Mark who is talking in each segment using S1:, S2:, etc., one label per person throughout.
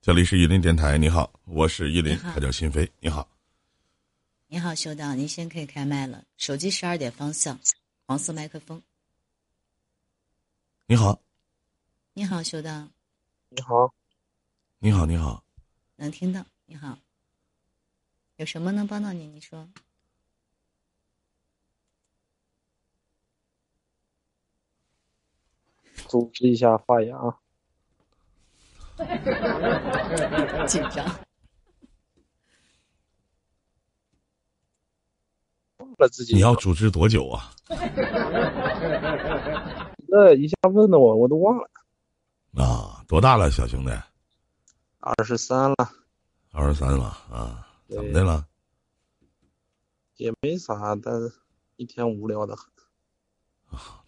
S1: 这里是玉林电台，你好，我是玉林，
S2: 你好
S1: 他叫新飞，你好，
S2: 你好，修道，您先可以开麦了。手机十二点方向，黄色麦克风。
S1: 你好，
S2: 你好，修道，
S3: 你好，
S1: 你好，你好，
S2: 能听到。你好，有什么能帮到你？你说。
S3: 组织一下发言啊。
S2: 紧张。
S3: 忘了自己
S1: 你要组织多久啊？
S3: 这一下问的我，我都忘了。
S1: 啊，多大了，小兄弟？
S3: 二十三了，
S1: 二十三了啊？怎么的了？
S3: 也没啥，但是一天无聊的很。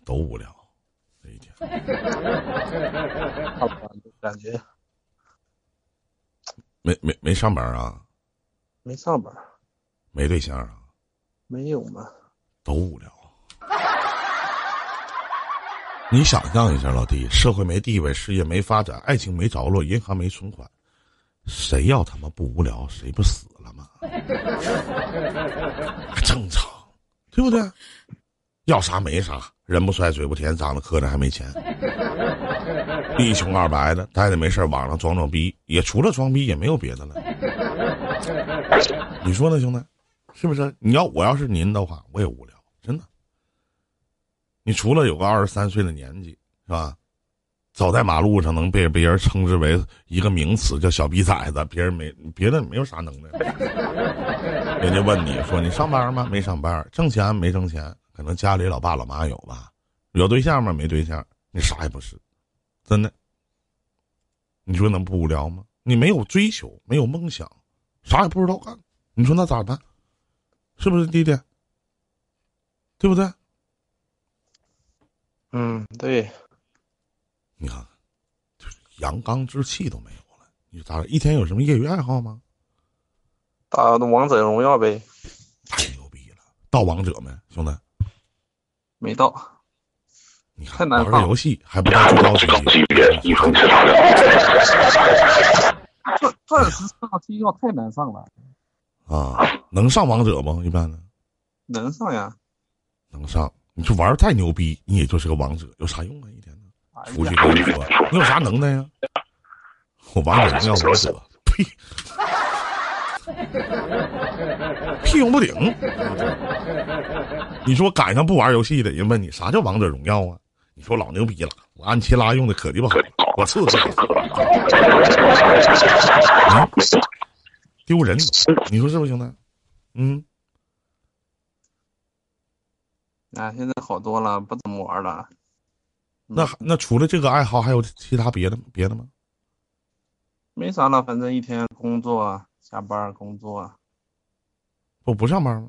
S1: 都无聊，这一天
S3: 看完就感觉
S1: 没没没上班啊？
S3: 没上班，
S1: 没对象啊？
S3: 没有嘛。
S1: 都无聊。啊你想象一下，老弟，社会没地位，事业没发展，爱情没着落，银行没存款，谁要他妈不无聊，谁不死了吗？正常，对不对？要啥没啥，人不帅嘴不甜，长得磕碜还没钱，一穷二白的，待着没事儿网上装装逼，也除了装逼也没有别的了。你说呢，兄弟？是不是？你要我要是您的话，我也无聊，真的。你除了有个二十三岁的年纪，是吧？走在马路上能被别人称之为一个名词，叫小逼崽子，别人没别的没有啥能耐。人家问你说你上班吗？没上班，挣钱没挣钱？可能家里老爸老妈有吧？有对象吗？没对象，你啥也不是，真的。你说能不无聊吗？你没有追求，没有梦想，啥也不知道干，你说那咋办？是不是弟弟？对不对？
S3: 嗯，对，
S1: 你看，就是阳刚之气都没有了。你咋一天有什么业余爱好吗？
S3: 打王者荣耀呗，
S1: 太牛逼了！盗王者没，兄弟？
S3: 没 到。
S1: 你
S3: 太
S1: 看
S3: 难
S1: 玩
S3: 放
S1: 个游戏还不到最高级别，你说
S3: 钻钻石上星耀太难上了，
S1: 啊？能上王者吗？一般的
S3: 能上呀？
S1: 能上。你就玩儿再牛逼，你也就是个王者，有啥用啊？一天呢，
S3: 哎
S1: 出去
S3: 呀，
S1: 跟我说，你有啥能耐呀、我王者荣耀王者，呸，屁用不顶。你说赶上不玩游戏的人问你啥叫王者荣耀啊？你说老牛逼了，我安琪拉用的可鸡巴好，我刺激啊，丢人！你说是不是兄弟？嗯，
S3: 啊，现在好多了，不怎么玩了。嗯
S1: 那那除了这个爱好，还有其他别的别的吗？
S3: 没啥了，反正一天工作、下班、工作，
S1: 我不上班吗？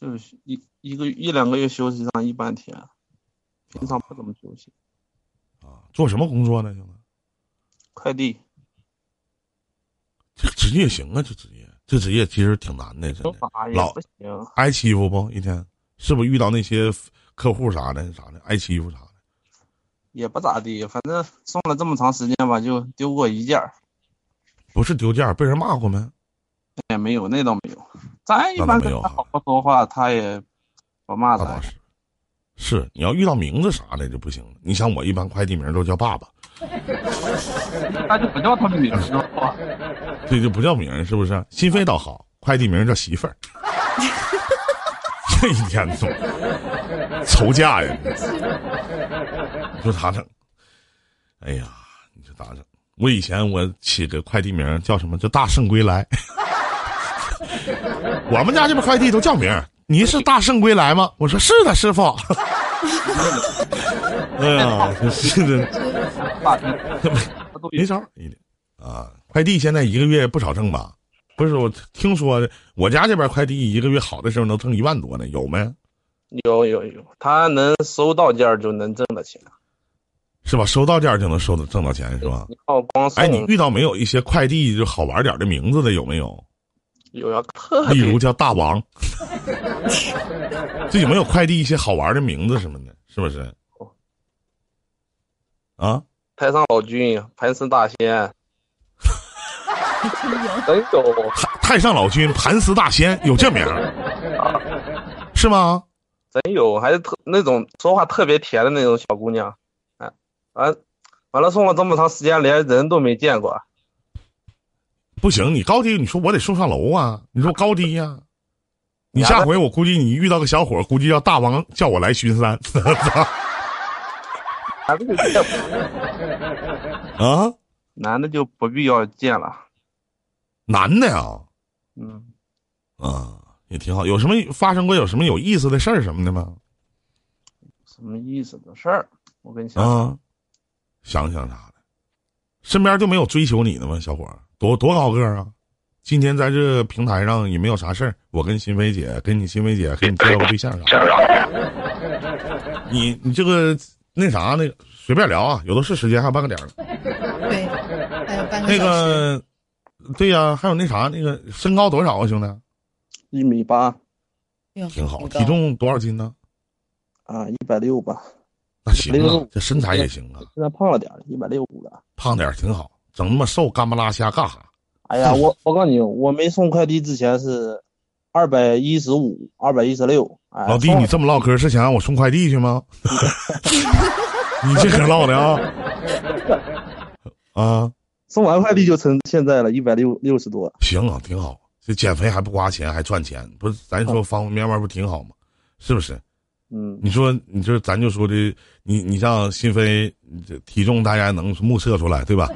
S3: 就是一一个一两个月休息上一半天，平常不怎么休息。
S1: 啊，做什么工作呢，兄弟？
S3: 快递
S1: 这职业行啊，这职业，这职业其实挺难的，真
S3: 手
S1: 的。
S3: 法也
S1: 老
S3: 不行。
S1: 挨欺负不？一天是不是遇到那些客户啥的啥的挨欺负啥的？
S3: 也不咋地，反正送了这么长时间吧，就丢过一件儿，
S1: 不是丢件儿，被人骂过没？
S3: 也没有，那倒没有。咱一般
S1: 那倒没
S3: 跟
S1: 有啊
S3: 他好好说话，他也不骂
S1: 那倒
S3: 咱。
S1: 是，是你要遇到名字啥的就不行了。你像我一般快递名都叫爸爸，
S3: 他就不叫他们名字了，
S1: 这就不叫名儿，是不是？新飞倒好，快递名叫媳妇儿。 这一天总愁嫁呀！你说咋整？哎呀，你说咋整？我以前我起个快递名叫什么？叫“大圣归来”。 我们家这边快递都叫名儿。您是大圣归来吗？我说是的，师傅。 哎呀，真是的，
S3: 大厅他都
S1: 没招儿一点啊！快递现在一个月不少挣吧？不是，我听说我家这边快递一个月好的时候能挣一万多呢，有没？
S3: 有有有，他能收到件儿就能挣到钱。
S1: 是吧？收到件儿就能收到挣到钱是吧？
S3: 你靠光送
S1: 哎，你遇到没有一些快递就好玩点儿的名字的有没有？
S3: 有要特
S1: 例
S3: 别
S1: 哎如叫大王， 这有没有快递一些好玩的名字什么的？是不是？啊，
S3: 太上老君、盘丝大仙、
S4: 哎呦，
S1: 太太上老君盘丝大仙有这名儿，是吗？
S3: 真有，还是特那种说话特别甜的那种小姑娘，哎，完完了送了这么长时间，连人都没见过，
S1: 不行，你高低，你说我得送上楼啊，你说高低呀、你下回我估计你遇到个小伙儿，估计要大王叫我来巡山
S3: 男的就见 不
S1: 啊，
S3: 男的就不必要见了，
S1: 男的呀，
S3: 嗯，
S1: 啊，也挺好。有什么发生过有什么有意思的事儿什么的吗？
S3: 什么意思的事儿？我跟你讲，
S1: 啊，想想啥的，身边就没有追求你的吗？小伙儿，多多高个儿啊！今天在这平台上也没有啥事儿，我跟新飞姐，跟你新飞姐，给你介绍个对象啥的。你你这个那啥那个随便聊啊，有的是时间，还有半个点儿呢。
S2: 对，还有半个
S1: 那
S2: 小时。
S1: 个，对呀、还有那啥那个身高多少啊，兄弟？
S3: 一米八
S2: 那个
S1: 挺好，体重多少斤呢？
S3: 啊，一百六吧，
S1: 那行啊
S4: 165，
S1: 这身材也行啊，
S3: 现在胖了点儿，一百六五了。
S1: 胖点儿挺好，整那么瘦干不拉瞎干啥？
S3: 哎呀，我我告诉你，我没送快递之前是二百一十五、二百一十六。哎，
S1: 老弟，
S3: 送
S1: 你这么唠嗑是想让我送快递去吗？你这可唠的啊！啊，
S3: 送完快递就成现在了，一百六六十多。
S1: 行啊，挺好。这减肥还不花钱，还赚钱，不是？咱说方方面面不挺好吗？是不是？
S3: 嗯，
S1: 你说，你这咱就说这，你你像新飞，你这体重大家能目测出来对吧？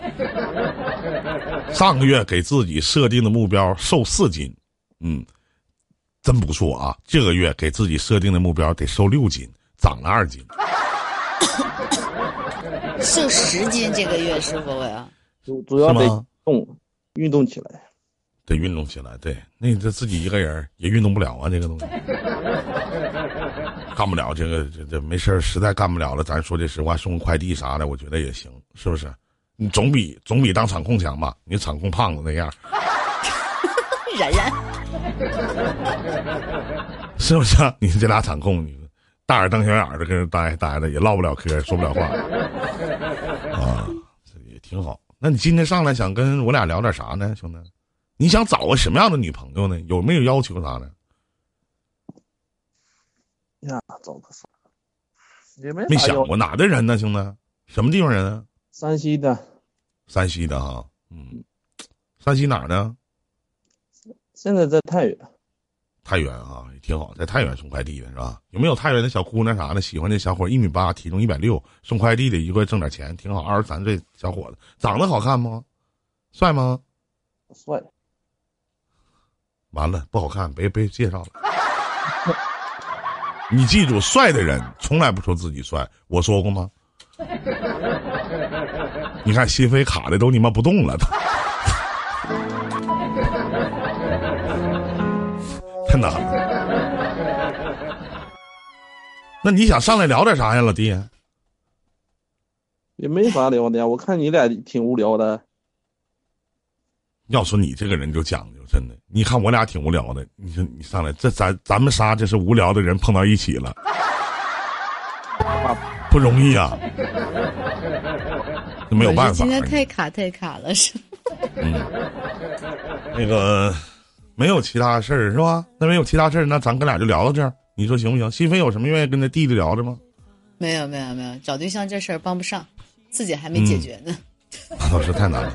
S1: 上个月给自己设定的目标瘦四斤，嗯，真不错啊。这个月给自己设定的目标得瘦六斤，长了二斤。
S2: 瘦十斤这个月，师傅我要。
S3: 主主要
S1: 是
S3: 得
S1: 吗
S3: 动，运动起来。
S1: 得运动起来。对，那你这自己一个人儿也运动不了啊，这个东西干不了。这个这这没事儿实在干不了了，咱说句实话，送个快递啥的，我觉得也行，是不是？你总比总比当场控强吧？你场控胖子那样，
S2: 冉冉，
S1: 是不是？你这俩场控，你大眼瞪小眼儿的跟人待待着，也唠不了嗑，说不了话啊，这也挺好。那你今天上来想跟我俩聊点啥呢，兄弟？你想找个什么样的女朋友呢？有没有要求啥呢？
S3: 呀，找个啥？也没
S1: 没
S3: 啥
S1: 想
S3: 要
S1: 过哪儿的人呢，兄弟？什么地方人啊？
S3: 山西的，
S1: 山西的哈，嗯，山西哪儿呢？
S3: 现在在太原。
S1: 太原啊，也挺好，在太原送快递的是吧？有没有太原的小姑娘啥的喜欢这小伙？一米八，体重一百六，送快递的，一个月挣点钱，挺好。二十三岁小伙子，长得好看吗？帅吗？
S3: 帅，
S1: 完了，不好看，别别介绍了。 你记住，帅的人从来不说自己帅，我说过吗？ 你看心扉卡的都你妈不动了，都 太难了。那你想上来聊点啥呀，老弟？
S3: 也没啥聊的呀。我看你俩挺无聊的，
S1: 要说你这个人就讲究，真的。你看我俩挺无聊的，你说你上来，这咱咱们仨这是无聊的人碰到一起了，不容易 啊，这 没有办
S2: 我是
S1: 法
S2: 今。天太卡太卡了，是吗？
S1: 嗯，那个没有其他事儿是吧？那没有其他事儿，那咱哥俩就聊到这儿，你说行不行？新飞有什么愿意跟他弟弟聊的 吗？
S2: 没有没有没有，找对象这事儿帮不上，自己还没解决呢。
S1: 那倒啊是太难了。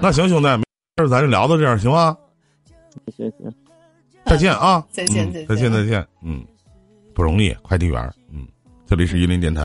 S1: 那行，兄弟，没事儿咱就聊到这儿，行吗？
S3: 行行，
S1: 再见啊！
S2: 再见
S1: 嗯
S2: 再见
S1: 再见，再见。嗯，不容易，快递员儿。嗯，这里是榆林电台。